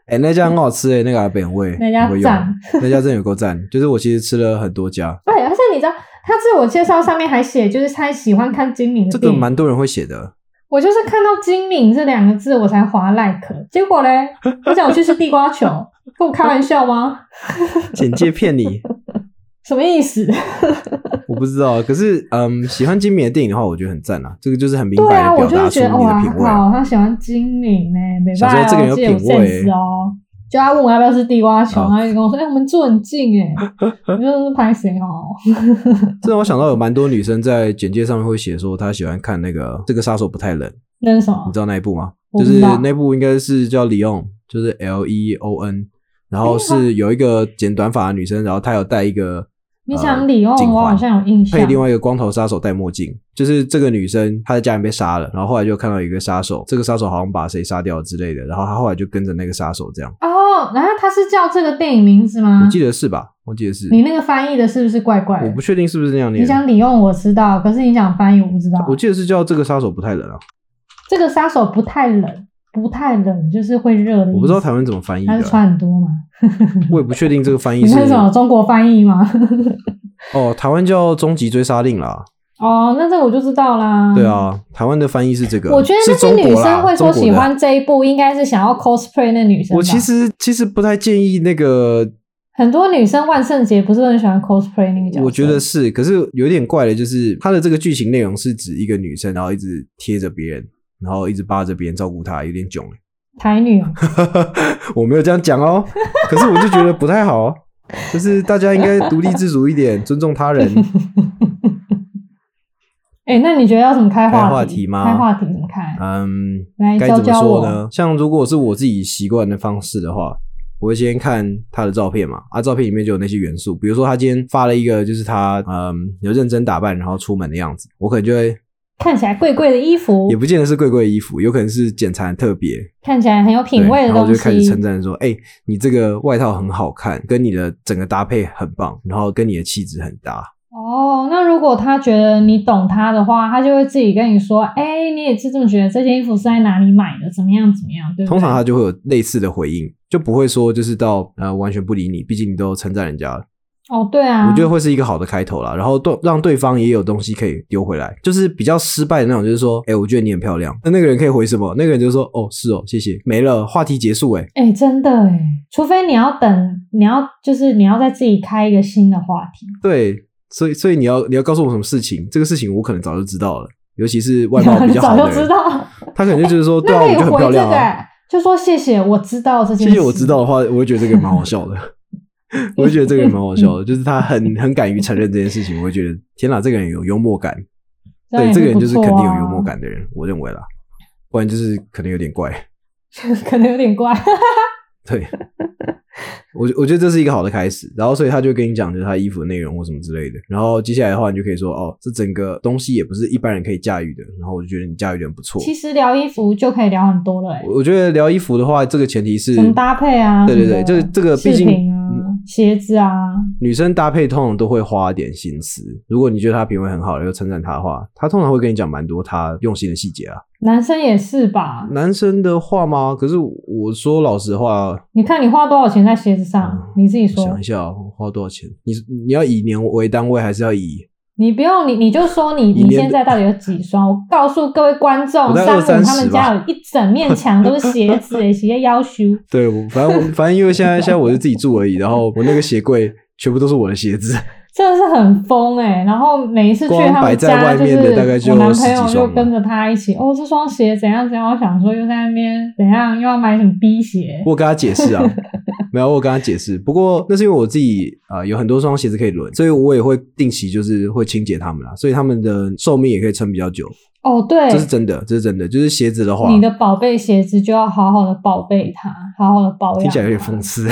Speaker 1: 哎、那家很好吃哎、那个阿本味，
Speaker 2: 那家
Speaker 1: 我有
Speaker 2: 赞，
Speaker 1: 那家真的有够赞。就是我其实吃了很多家，
Speaker 2: 对，而且你知道他自我介绍上面还写，就是他喜欢看精灵的
Speaker 1: 这
Speaker 2: 电
Speaker 1: 个
Speaker 2: 影。
Speaker 1: 蛮多人会写的。
Speaker 2: 我就是看到“精灵”这两个字，我才划 like。结果嘞，他叫我去吃地瓜球，跟我开玩笑吗？ *laughs*
Speaker 1: 简介骗你，
Speaker 2: 什么意思？
Speaker 1: 我不知道。可是，嗯，喜欢精明的电影的话，我觉得很赞啊。这个就是很明
Speaker 2: 对
Speaker 1: 白
Speaker 2: 啊，
Speaker 1: 的表
Speaker 2: 我就是
Speaker 1: 达出
Speaker 2: 觉得
Speaker 1: 你的
Speaker 2: 哇
Speaker 1: 品味。啊
Speaker 2: 靠，他喜欢精灵呢、欸，没
Speaker 1: 想
Speaker 2: 办
Speaker 1: 说
Speaker 2: 法，
Speaker 1: 这个人有
Speaker 2: 这有
Speaker 1: 品味
Speaker 2: sense 哦。就他问我要不要吃地瓜球，
Speaker 1: 好
Speaker 2: 他就跟我说：“哎、我们住很近
Speaker 1: *laughs*
Speaker 2: 哎、我就是拍谁哦。
Speaker 1: 这让我想到有蛮多女生在简介上面会写说，她喜欢看那个《这个杀手不太冷》，”
Speaker 2: 那是什么
Speaker 1: 你？知道那一部吗？
Speaker 2: 我
Speaker 1: 就
Speaker 2: 不
Speaker 1: 是
Speaker 2: 知道
Speaker 1: 那部应该是叫 Leon，就是 L E O N，然
Speaker 2: 哎
Speaker 1: 后是有一个剪短发的女生，然后她有戴一个。
Speaker 2: 你
Speaker 1: 呃
Speaker 2: 想李哦，
Speaker 1: 颈
Speaker 2: 我好
Speaker 1: 环
Speaker 2: 像有印象
Speaker 1: 配。另外一个光头杀手戴墨镜，就是这个女生她在家里被杀了，然后后来就看到有一个杀手，这个杀手好像把谁杀掉之类的，然后她后来就跟着那个杀手这样，
Speaker 2: 哦，然后他是叫这个电影名字吗？
Speaker 1: 我记得是吧？我记得是，
Speaker 2: 你那个翻译的是不是怪怪的？
Speaker 1: 我不确定是不是那样
Speaker 2: 你
Speaker 1: 念，
Speaker 2: 想李用我知道，可是你想翻译我不知道。
Speaker 1: 我记得是叫这个杀手不太冷啊，
Speaker 2: 这个杀手不太冷，不太冷就是会热的意思。
Speaker 1: 我不知道台湾怎么翻译
Speaker 2: 他是
Speaker 1: 的，啊
Speaker 2: 穿很多嘛？
Speaker 1: 我也不确定这个翻
Speaker 2: 你
Speaker 1: 译是
Speaker 2: 是什么中国翻译吗？ *laughs*
Speaker 1: 哦，台湾叫终极追杀令啦，
Speaker 2: 哦，那这个我就知道啦。
Speaker 1: 对。啊，台湾的翻译是这个，
Speaker 2: 嗯我觉得那
Speaker 1: 是
Speaker 2: 些
Speaker 1: 中
Speaker 2: 女
Speaker 1: 国
Speaker 2: 生
Speaker 1: 啦
Speaker 2: 会说
Speaker 1: 中国
Speaker 2: 喜
Speaker 1: 的
Speaker 2: 欢这一部，应该是想要 cosplay 那女生吧。
Speaker 1: 我其实其实不太建议那个
Speaker 2: 很多女生万圣节不是都很喜欢 cosplay 那个角色？
Speaker 1: 我觉得是，可是有点怪的，就是它的这个剧情内容是指一个女生，然后一直贴着别人，然后一直扒着别人照顾她，有点囧欸。
Speaker 2: 台女哦
Speaker 1: 我没有这样讲
Speaker 2: *laughs*
Speaker 1: 哦，可是我就觉得不太好哦，就是大家应该独立自主一点，尊重他人。
Speaker 2: 哎、那你觉得要怎么 *laughs* 开话
Speaker 1: 开话题吗
Speaker 2: 开话题怎么开？
Speaker 1: 嗯，
Speaker 2: 来
Speaker 1: 该
Speaker 2: 教
Speaker 1: 怎么
Speaker 2: 教
Speaker 1: 说
Speaker 2: 我
Speaker 1: 呢？像如果是我自己习惯的方式的话，我会先看他的照片嘛，啊，照片里面就有那些元素，比如说他今天发了一个，就是他嗯有认真打扮然后出门的样子，我可能就会
Speaker 2: 看起来贵贵的衣服
Speaker 1: 也，不见得是贵贵的衣服，有可能是剪裁很特别，
Speaker 2: 看起来很有品
Speaker 1: 对
Speaker 2: 味的
Speaker 1: 然后
Speaker 2: 东
Speaker 1: 就开始
Speaker 2: 西。
Speaker 1: 称赞说：“哎、你这个外套很好看，跟你的整个搭配很棒，然后跟你的气质很搭。
Speaker 2: 哦，那如果他觉得你懂他的话，他就会自己跟你说：“哎、你也是这么觉得？这件衣服是在哪里买的？怎么样？怎么样？”对”不对？
Speaker 1: 通常他就会有类似的回应，就不会说就是到呃完全不理你，毕竟你都称赞人家了，
Speaker 2: 哦，对啊，
Speaker 1: 我觉得会是一个好的开头啦。然后对让对方也有东西可以丢回来，就是比较失败的那种，就是说：“哎、我觉得你很漂亮。”那那个人可以回什么？那个人就说：“哦，是哦，谢谢。”没了，话题结束、哎，
Speaker 2: 哎、真的哎，除非你要等，你要就是你要再自己开一个新的话题，
Speaker 1: 对，所以所以你要你要告诉我什么事情？这个事情我可能早就知道了。尤其是外貌
Speaker 2: 然后
Speaker 1: 比
Speaker 2: 你
Speaker 1: 较好
Speaker 2: *laughs* 早
Speaker 1: 的
Speaker 2: 就
Speaker 1: 人，
Speaker 2: 知道。
Speaker 1: 他可能就觉得说，对
Speaker 2: *laughs* 那
Speaker 1: 啊，
Speaker 2: 可
Speaker 1: 我
Speaker 2: 以
Speaker 1: 就很
Speaker 2: 回
Speaker 1: 漂
Speaker 2: 这
Speaker 1: 亮
Speaker 2: 个
Speaker 1: 啊。
Speaker 2: 哎，就说谢谢，我知道这件
Speaker 1: 谢
Speaker 2: 事。
Speaker 1: 谢，我知道的话，我会觉得这个蛮好笑
Speaker 2: *laughs*
Speaker 1: 的，我会觉得这个人蛮好笑的，就是他很很敢于承认这件事情，我会觉得天哪，这个人有幽默感，
Speaker 2: 这样
Speaker 1: 对，
Speaker 2: 也
Speaker 1: 这个人
Speaker 2: 不
Speaker 1: 就是
Speaker 2: 错
Speaker 1: 肯定有
Speaker 2: 啊
Speaker 1: 幽默，感
Speaker 2: *laughs*
Speaker 1: 的人，我认为啦，不然就是可能有点怪。
Speaker 2: 可能有点怪。 *laughs*
Speaker 1: 对，我觉我觉得这是一个好的开始。然后，所以他就跟你讲，就是他衣服的内容或什么之类的。然后接下来的话，你就可以说，哦，这整个东西也不是一般人可以驾驭的。然后我就觉得你驾驭的很不错。
Speaker 2: 其实聊衣服就可以聊很多了、欸，
Speaker 1: 我我觉得聊衣服的话，这个前提是
Speaker 2: 什么搭配啊，
Speaker 1: 对对
Speaker 2: 什
Speaker 1: 对，
Speaker 2: 么
Speaker 1: 这个这个毕
Speaker 2: 饰
Speaker 1: 竟嗯
Speaker 2: 品啊、鞋子啊，
Speaker 1: 女生搭配通常都会花点心思。如果你觉得她品味很好，又称赞她的话，她通常会跟你讲蛮多她用心的细节啊。
Speaker 2: 男生也是吧？
Speaker 1: 男生的话吗？可是我说老实话，
Speaker 2: 你看你花多少钱在鞋子上，你自己
Speaker 1: 嗯我
Speaker 2: 说
Speaker 1: 想一。下、哦，花多少钱？你你要以年为单位，还是要以
Speaker 2: 你不用你你就说你
Speaker 1: 一
Speaker 2: 你
Speaker 1: 年
Speaker 2: 现在到底有几双？我告诉各位观众，
Speaker 1: 我在
Speaker 2: 山
Speaker 1: 二三
Speaker 2: 姆
Speaker 1: 十
Speaker 2: 他们家有一整面墙都是鞋子、
Speaker 1: *laughs*
Speaker 2: 欸，鞋要求。
Speaker 1: 对？我反 *laughs* 正我反正因为现在现在我是自己住而已，然后我那个鞋柜全部都是我的鞋子，
Speaker 2: 真的是很疯哎、然后每一次去
Speaker 1: 光
Speaker 2: 他
Speaker 1: 摆
Speaker 2: 们
Speaker 1: 在
Speaker 2: 家，
Speaker 1: 外面的大概就
Speaker 2: 我男
Speaker 1: 十几
Speaker 2: 朋友
Speaker 1: 双
Speaker 2: 就
Speaker 1: 了
Speaker 2: 跟着他一起哦，这双鞋怎样怎样，我想说又在那边怎样又要买什么 B 鞋，
Speaker 1: 我跟他解 *laughs* 释啊，没有，我跟他解释。不过那是因为我自己啊、呃有很多双鞋子可以轮，所以我也会定期就是会清洁它们啊啦，所以它们的寿命也可以撑比较久，
Speaker 2: 哦对
Speaker 1: 这，是真的，这是真的。就是鞋子的话，
Speaker 2: 你的宝贝鞋子就要好好的宝贝它，好好的保养。
Speaker 1: 听起来有点讽
Speaker 2: *laughs*
Speaker 1: 刺。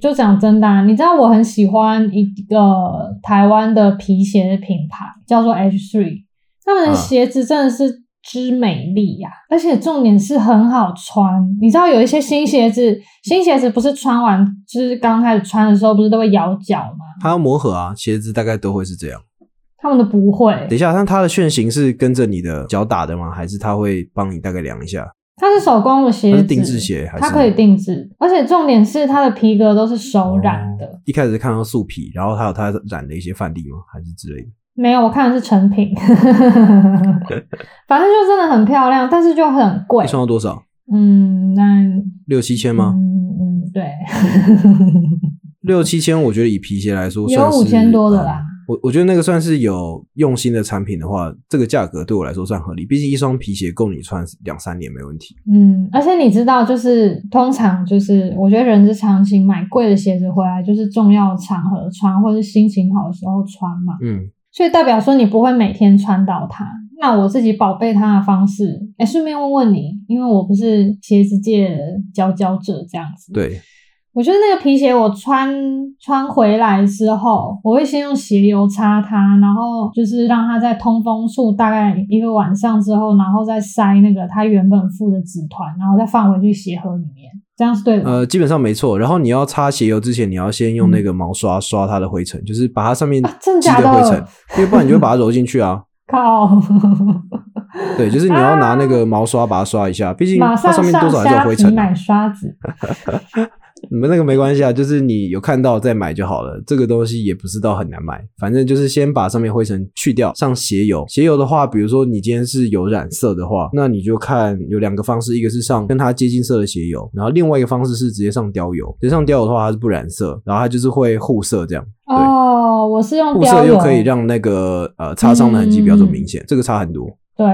Speaker 2: 就讲真的、啊，你知道我很喜欢一个台湾的皮鞋的品牌，叫做 H Three，他们的
Speaker 1: 嗯
Speaker 2: 鞋子真的是之美丽呀、而且重点是很好穿。你知道有一些新鞋子，新鞋子不是穿完就是刚开始穿的时候不是都会咬脚吗？
Speaker 1: 它要磨合啊，鞋子大概都会是这样。
Speaker 2: 他们的不会，
Speaker 1: 等一下，那它的楦型是跟着你的脚打的吗？还是它会帮你大概量一下？
Speaker 2: 它是手工的鞋
Speaker 1: 它
Speaker 2: 子，
Speaker 1: 是定制鞋还是
Speaker 2: 它可以定制，而且重点是它的皮革都是手哦染的，
Speaker 1: 一开始是看到素皮，然后还有它染的一些范例吗？还是之类的？
Speaker 2: 没有，我看的是成品， *laughs* 反正就真的很漂亮，但是就很贵
Speaker 1: 一。双要多少？
Speaker 2: 嗯，那
Speaker 1: 六七千吗？
Speaker 2: 嗯嗯，对， *laughs*
Speaker 1: 六七千，我觉得以皮鞋来说
Speaker 2: 有
Speaker 1: 算是
Speaker 2: 5000多的啦
Speaker 1: 嗯我我觉得那个算是有用心的产品的话，这个价格对我来说算合理。毕竟一双皮鞋够你穿两三年没问题。
Speaker 2: 嗯，而且你知道，就是通常就是，我觉得人之常情，买贵的鞋子回来就是重要场合穿，或是心情好的时候穿嘛，
Speaker 1: 嗯，
Speaker 2: 所以代表说你不会每天穿到它。那我自己宝贝它的方式，哎，顺便问问你，因为我不是鞋子界的佼佼者这样子，
Speaker 1: 对，
Speaker 2: 我觉得那个皮鞋我穿穿回来之后，我会先用鞋油擦它，然后就是让它在通风处大概一个晚上之后，然后再塞那个它原本附的纸团，然后再放回去鞋盒里面，这样是对的。
Speaker 1: 呃，基本上没错。然后你要擦鞋油之前，你要先用那个毛刷刷它的灰尘，就是把它上面
Speaker 2: 嗯啊真的
Speaker 1: 积
Speaker 2: 假的
Speaker 1: 灰
Speaker 2: *laughs*
Speaker 1: 尘，因为不然你就会把它揉进去啊。
Speaker 2: 靠，
Speaker 1: 对，就是你要拿那个毛刷把它刷一下，毕竟
Speaker 2: 马
Speaker 1: 它
Speaker 2: 上
Speaker 1: 上面
Speaker 2: 上
Speaker 1: 多少还是有
Speaker 2: 虾
Speaker 1: 灰
Speaker 2: 皮
Speaker 1: 尘啊。
Speaker 2: 买刷子，
Speaker 1: 你们那个没关系啊，就是你有看到再买就好了。这个东西也不是到很难买，反正就是先把上面灰尘去掉，上鞋油。鞋油的话，比如说你今天是有染色的话，那你就看有两个方式，一个是上跟它接近色的鞋油，然后另外一个方式是直接上貂油。直接上貂油的话，它是不染色，然后它就是会护色这样。对
Speaker 2: 哦，我是用
Speaker 1: 护
Speaker 2: 标
Speaker 1: 色
Speaker 2: 油嗯
Speaker 1: 又可以让那个呃擦伤的痕迹不要这么明显，这个差很多。
Speaker 2: 对。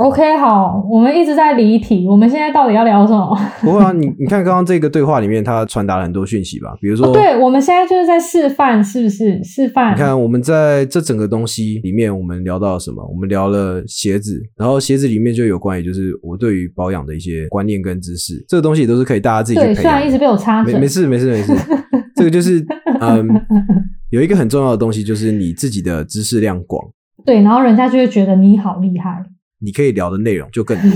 Speaker 2: OK，好，我们一直在离题，我们现在到底要聊什么？
Speaker 1: 不过啊，你你看刚刚这个对话里面，它传达了很多讯息吧，比如说。
Speaker 2: 哦， *laughs* 对，我们现在就是在示范，是不是？示范。
Speaker 1: 你看，我们在这整个东西里面，我们聊到了什么？我们聊了鞋子，然后鞋子里面就有关于就是我对于保养的一些观念跟知识，这个东西也都是可以大家自己去
Speaker 2: 对，
Speaker 1: 培
Speaker 2: 虽
Speaker 1: 养
Speaker 2: 然一直
Speaker 1: 的。
Speaker 2: 被我插
Speaker 1: 没
Speaker 2: 嘴，
Speaker 1: 没事没事没
Speaker 2: *laughs*
Speaker 1: 事，这个就是嗯，有一个很重要的东西就是你自己的知识量广，
Speaker 2: 对，然后人家就会觉得你好厉害。
Speaker 1: 你可以聊的内容就更多。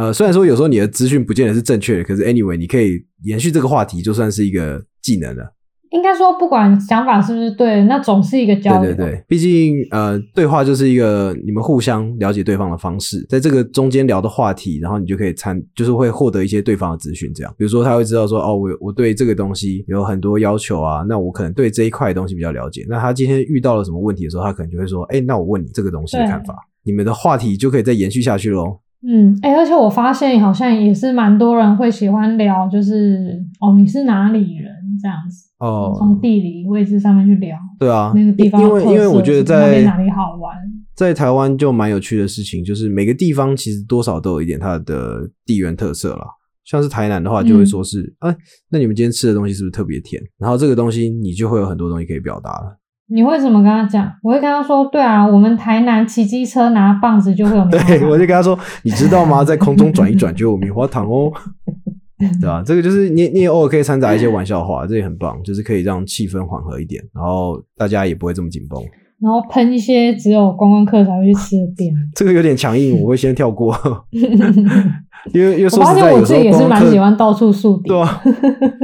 Speaker 1: 呃，虽然说有时候你的资讯不见得是正确的，可是 anyway，你可以延续这个话题，就算是一个技能了。
Speaker 2: *clears throat* 应该说，不管想法是不是对，那总是一个交
Speaker 1: 对
Speaker 2: 流。
Speaker 1: 对对，毕竟呃，对话就是一个你们互相了解对方的方式，在这个中间聊的话题，然后你就可以参，就是会获得一些对方的资讯，这样，比如说他会知道说，哦，我我对这个东西有很多要求啊，那我可能对这一块东西比较了解，那他今天遇到了什么问题的时候，他可能就会说，哎，那我问你这个东西的
Speaker 2: 对
Speaker 1: 看法，你们的话题就可以再延续下去喽。
Speaker 2: 嗯，哎、而且我发现好像也是蛮多人会喜欢聊，就是哦，你是哪里人这样子，
Speaker 1: 哦
Speaker 2: 从，地理位置上面去聊、
Speaker 1: 对啊，
Speaker 2: 那个地方的
Speaker 1: 因为
Speaker 2: 特色
Speaker 1: 因为我觉得
Speaker 2: 那
Speaker 1: 在
Speaker 2: 边哪里好玩。
Speaker 1: 在台湾就蛮有趣的事情，就是每个地方其实多少都有一点它的地缘特色啦。像是台南的话，就会说是，哎、那你们今天吃的东西是不是特别甜？然后这个东西你就会有很多东西可以表达了。
Speaker 2: 你会怎么跟他讲？我会跟他说，对啊，我们台南骑机车拿棒子就会有棉花
Speaker 1: 对，
Speaker 2: 糖
Speaker 1: 我就跟他说，你知道吗？在空中转一转就有棉花糖哦。对吧、这个就是你你也偶尔可以掺杂一些玩笑话，这也很棒，就是可以让气氛缓和一点，然后大家也不会这么紧绷。
Speaker 2: 然后喷一些只有观光客才会去吃的店。
Speaker 1: 这个有点强
Speaker 2: *laughs*
Speaker 1: 硬，我会先跳过，因为因为
Speaker 2: 我
Speaker 1: 说
Speaker 2: 发
Speaker 1: 实
Speaker 2: 现
Speaker 1: 在，
Speaker 2: 我
Speaker 1: 有时
Speaker 2: 自
Speaker 1: 候
Speaker 2: 己也是
Speaker 1: 观光
Speaker 2: 蛮
Speaker 1: 客
Speaker 2: 喜欢到处树顶
Speaker 1: 对，
Speaker 2: *laughs*
Speaker 1: 啊，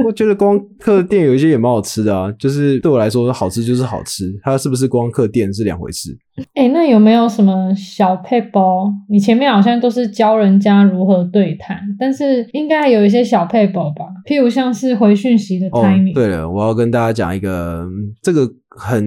Speaker 1: 我觉得观光客店有一些也蛮好吃的啊，就是对我来说，好吃就是好吃，它是不是观光客店是两回事。
Speaker 2: 哎、那有没有什么小配包？你前面好像都是教人家如何对谈，但是应该有一些小配包吧？譬如像是回讯息的
Speaker 1: 哦
Speaker 2: timing，、，
Speaker 1: 对了，我要跟大家讲一个嗯这个很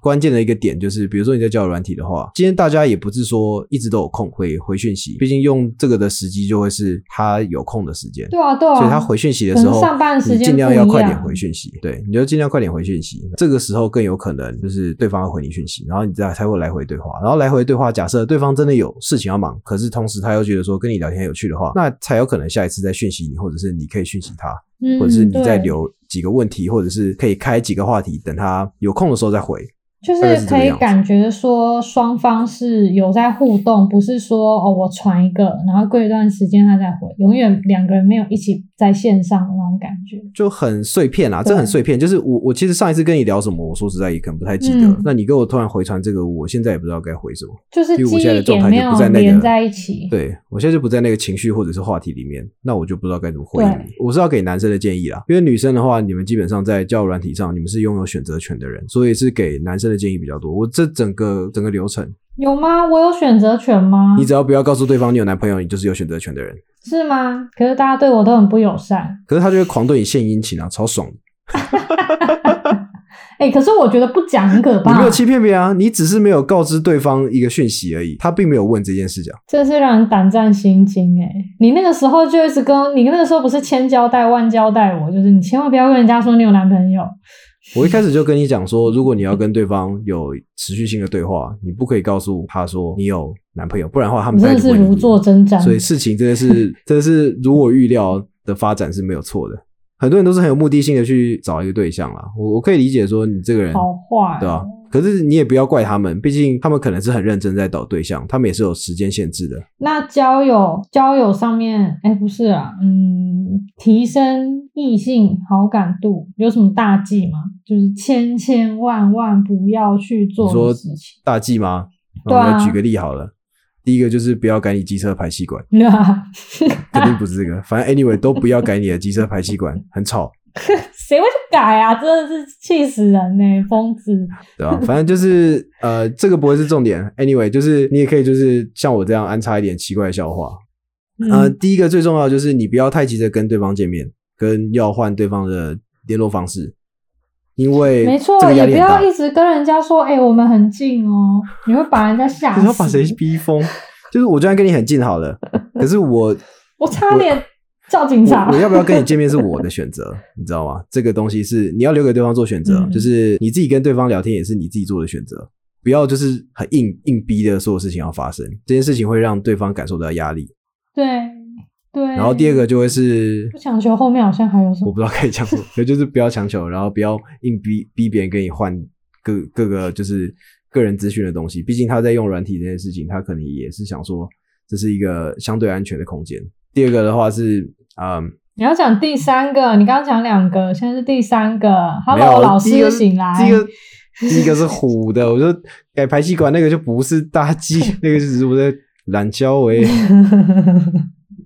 Speaker 1: 关键的一个点，就是比如说你在交友软体的话，今天大家也不是说一直都有空会回讯息，毕竟用这个的时机就会是他有空的时间。
Speaker 2: 对啊，对啊，
Speaker 1: 所以他回讯息的时
Speaker 2: 可
Speaker 1: 候，
Speaker 2: 能上班的时间
Speaker 1: 你尽量要快点
Speaker 2: 不一样
Speaker 1: 回讯息，对，你就尽量快点回讯息。这个时候更有可能就是对方会回你讯息，然后你再才会来回对话，然后来回对话。假设对方真的有事情要忙，可是同时他又觉得说跟你聊天很有趣的话，那才有可能下一次再讯息你，或者是你可以讯息他，
Speaker 2: 嗯
Speaker 1: 或者是你再。
Speaker 2: 对
Speaker 1: 留几个问题，或者是可以开几个话题，等他有空的时候再回。
Speaker 2: 就
Speaker 1: 大概
Speaker 2: 是
Speaker 1: 是这
Speaker 2: 可
Speaker 1: 个
Speaker 2: 以
Speaker 1: 样子
Speaker 2: 感觉说双方是有在互动，不是说哦我传一个，然后过一段时间他再回，永远两个人没有一起在线上的那种感觉。
Speaker 1: 就很碎片啦，这
Speaker 2: 对
Speaker 1: 很碎片。就是我我其实上一次跟你聊什么，我说实在也可能不太记得。
Speaker 2: 嗯
Speaker 1: 那你给我突然回传这个，我现在也不知道该回什么。
Speaker 2: 就是
Speaker 1: 因为
Speaker 2: 记
Speaker 1: 我现在
Speaker 2: 忆
Speaker 1: 的状
Speaker 2: 点
Speaker 1: 态
Speaker 2: 没
Speaker 1: 就
Speaker 2: 有
Speaker 1: 不在那个
Speaker 2: 连在一起。
Speaker 1: 对我现在就不在那个情绪或者是话题里面，那我就不知道该怎么回应
Speaker 2: 对
Speaker 1: 你。我是要给男生的建议啦，因为女生的话，你们基本上在交友软体上，你们是拥有选择权的人，所以是给男生的建议比较多。我这整个整个流程，
Speaker 2: 有吗？我有选择权吗？
Speaker 1: 你只要不要告诉对方你有男朋友，你就是有选择权的人。
Speaker 2: 是吗？可是大家对我都很不友善。
Speaker 1: 可是他就会狂对你献殷勤啊，超爽的。
Speaker 2: 哎、可是我觉得不讲很可
Speaker 1: 你
Speaker 2: 怕
Speaker 1: 没有，欺骗别人啊，你只是没有告知对方一个讯息而已，他并没有问这件事情啊。
Speaker 2: 真是让人胆战心惊哎、你那个时候就一直跟你那个时候不是千交代万交代我，就是你千万不要跟人家说你有男朋友。
Speaker 1: 我一开始就跟你讲说，如果你要跟对方有持续性的对话，你不可以告诉他说你有男朋友，不然的话他
Speaker 2: 你
Speaker 1: 们再
Speaker 2: 真的
Speaker 1: 来
Speaker 2: 是
Speaker 1: 问你
Speaker 2: 如坐针毡。
Speaker 1: 所以事情真的是 *laughs* 真的是如我预料的发展是没有错的。很多人都是很有目的性的去找一个对象啦，我我可以理解说你这个人
Speaker 2: 好哦坏、
Speaker 1: 对吧、啊可是你也不要怪他们，毕竟他们可能是很认真在找对象，他们也是有时间限制的。
Speaker 2: 那交友交友上面，哎、不是啊，嗯，提升异性好感度有什么大忌吗？就是千千万万不要
Speaker 1: 你
Speaker 2: 去做
Speaker 1: 说
Speaker 2: 的事情。 *laughs*
Speaker 1: 大忌吗？哦那
Speaker 2: 对啊
Speaker 1: 我来举个例好了，第一个就是不要改你机车排气管，
Speaker 2: 对啊， *laughs*
Speaker 1: 肯定不是这个，反正 anyway 都不要改你的机车排气管，很吵。
Speaker 2: 谁会去改啊？真的是气死人呢、疯子！
Speaker 1: 对吧、反正就是呃，这个不会是重点。Anyway，就是你也可以就是像我这样安插一点奇怪的笑话。呃，
Speaker 2: 嗯，
Speaker 1: 第一个最重要的就是你不要太急着跟对方见面，跟要换对方的联络方式，因为
Speaker 2: 没错
Speaker 1: 这，个压
Speaker 2: 也
Speaker 1: 力
Speaker 2: 不
Speaker 1: 很大
Speaker 2: 要。一直跟人家说，哎、我们很近哦，你会把人家吓
Speaker 1: 可
Speaker 2: 死。
Speaker 1: 是要把谁逼疯？就是我就算跟你很近好
Speaker 2: *laughs*
Speaker 1: 了，可是我
Speaker 2: 我差点叫警察。
Speaker 1: 我我要不要跟你见面是我的选择，你知道吗？这个东西是你要留给对方做选择，
Speaker 2: 嗯
Speaker 1: 就是你自己跟对方聊天也是你自己做的选择，不要就是很硬硬逼的所有事情要发生，这件事情会让对方感受到压力。
Speaker 2: 对对。
Speaker 1: 然后第二个，就会是
Speaker 2: 不强求后面好像还有什
Speaker 1: 我
Speaker 2: 么
Speaker 1: 不知道该讲什么，可就是不要强求，然后不要硬逼逼别人跟你换各各个就是个人资讯的东西，毕竟他在用软体这件事情，他可能也是想说这是一个相对安全的空间。第二个的话是，嗯，
Speaker 2: 你要讲第三个，你刚刚讲两个，现在是第三个。
Speaker 1: 没有啊
Speaker 2: Hello，老
Speaker 1: 第一
Speaker 2: 师
Speaker 1: 个
Speaker 2: 醒来。
Speaker 1: 第一个第一个是虎的，我说改排气管那个就不是大
Speaker 2: *laughs*
Speaker 1: 忌，那个就只是我在懒交为。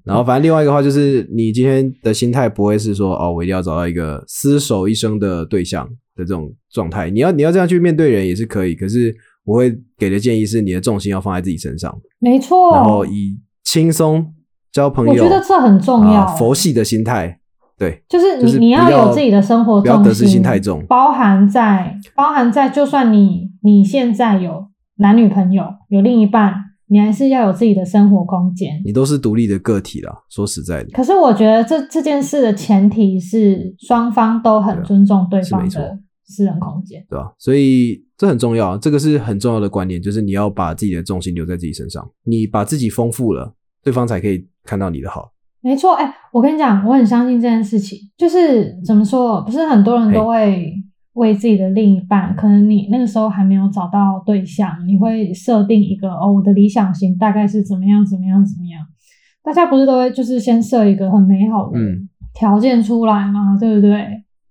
Speaker 1: 然后反正另外一个话就是，你今天的心态不会是说哦，我一定要找到一个厮守一生的对象的这种状态。你要你要这样去面对人也是可以，可是我会给的建议是，你的重心要放在自己身上，
Speaker 2: 没错。
Speaker 1: 然后以轻松交朋友，
Speaker 2: 哦我觉得这很重要
Speaker 1: 啊佛系的心态，对，
Speaker 2: 就是
Speaker 1: 就
Speaker 2: 你
Speaker 1: 是
Speaker 2: 你
Speaker 1: 不要
Speaker 2: 有自己的生活重
Speaker 1: 不
Speaker 2: 心，
Speaker 1: 要得失心太重
Speaker 2: 包含在包含在，就算你你现在有男女朋友，有另一半，你还是要有自己的生活空间。
Speaker 1: 你都是独立的个体啦。说实在的，
Speaker 2: 可是我觉得这这件事的前提是双方都很尊重对方
Speaker 1: 啊是没
Speaker 2: 的私人空间。
Speaker 1: 对吧？所以这很重要，这个是很重要的观念，就是你要把自己的重心留在自己身上，你把自己丰富了，对方才可以看到你的好。
Speaker 2: 没错，哎、我跟你讲，我很相信这件事情。就是怎么说，不是很多人都会为自己的另一半，可能你那个时候还没有找到对象，你会设定一个哦，我的理想型大概是怎么样，怎么样，怎么样。大家不是都会就是先设一个很美好的
Speaker 1: 嗯
Speaker 2: 条件出来嘛，对不对？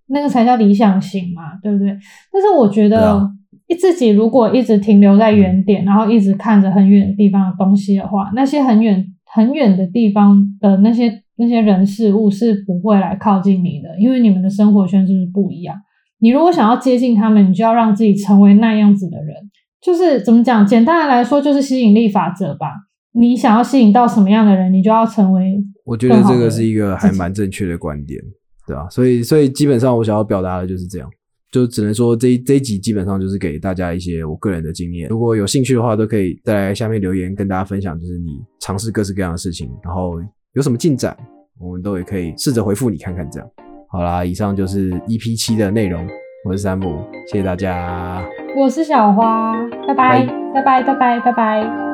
Speaker 2: 那个才叫理想型嘛，对不对？但是我觉
Speaker 1: 对
Speaker 2: 得
Speaker 1: 啊，嗯
Speaker 2: 一自己如果一直停留在原点，然后一直看着很远的地方的东西的话，那些很远很远的地方的那些那些人事物是不会来靠近你的，因为你们的生活圈就是不一样。你如果想要接近他们，你就要让自己成为那样子的人。就是怎么讲，简单的来说，就是吸引力法则吧。你想要吸引到什么样的人，你就要成为
Speaker 1: 我觉得这个是一个还蛮正确的观点，对啊，所以所以基本上我想要表达的就是这样，就只能说这一这一集基本上就是给大家一些我个人的经验，如果有兴趣的话，都可以在下面留言跟大家分享，就是你尝试各式各样的事情，然后有什么进展，我们都也可以试着回复你看看这样。好啦，以上就是 EP 七的内容，我是山姆，谢谢大家。
Speaker 2: 我是小花，拜拜，拜拜，拜拜，拜拜。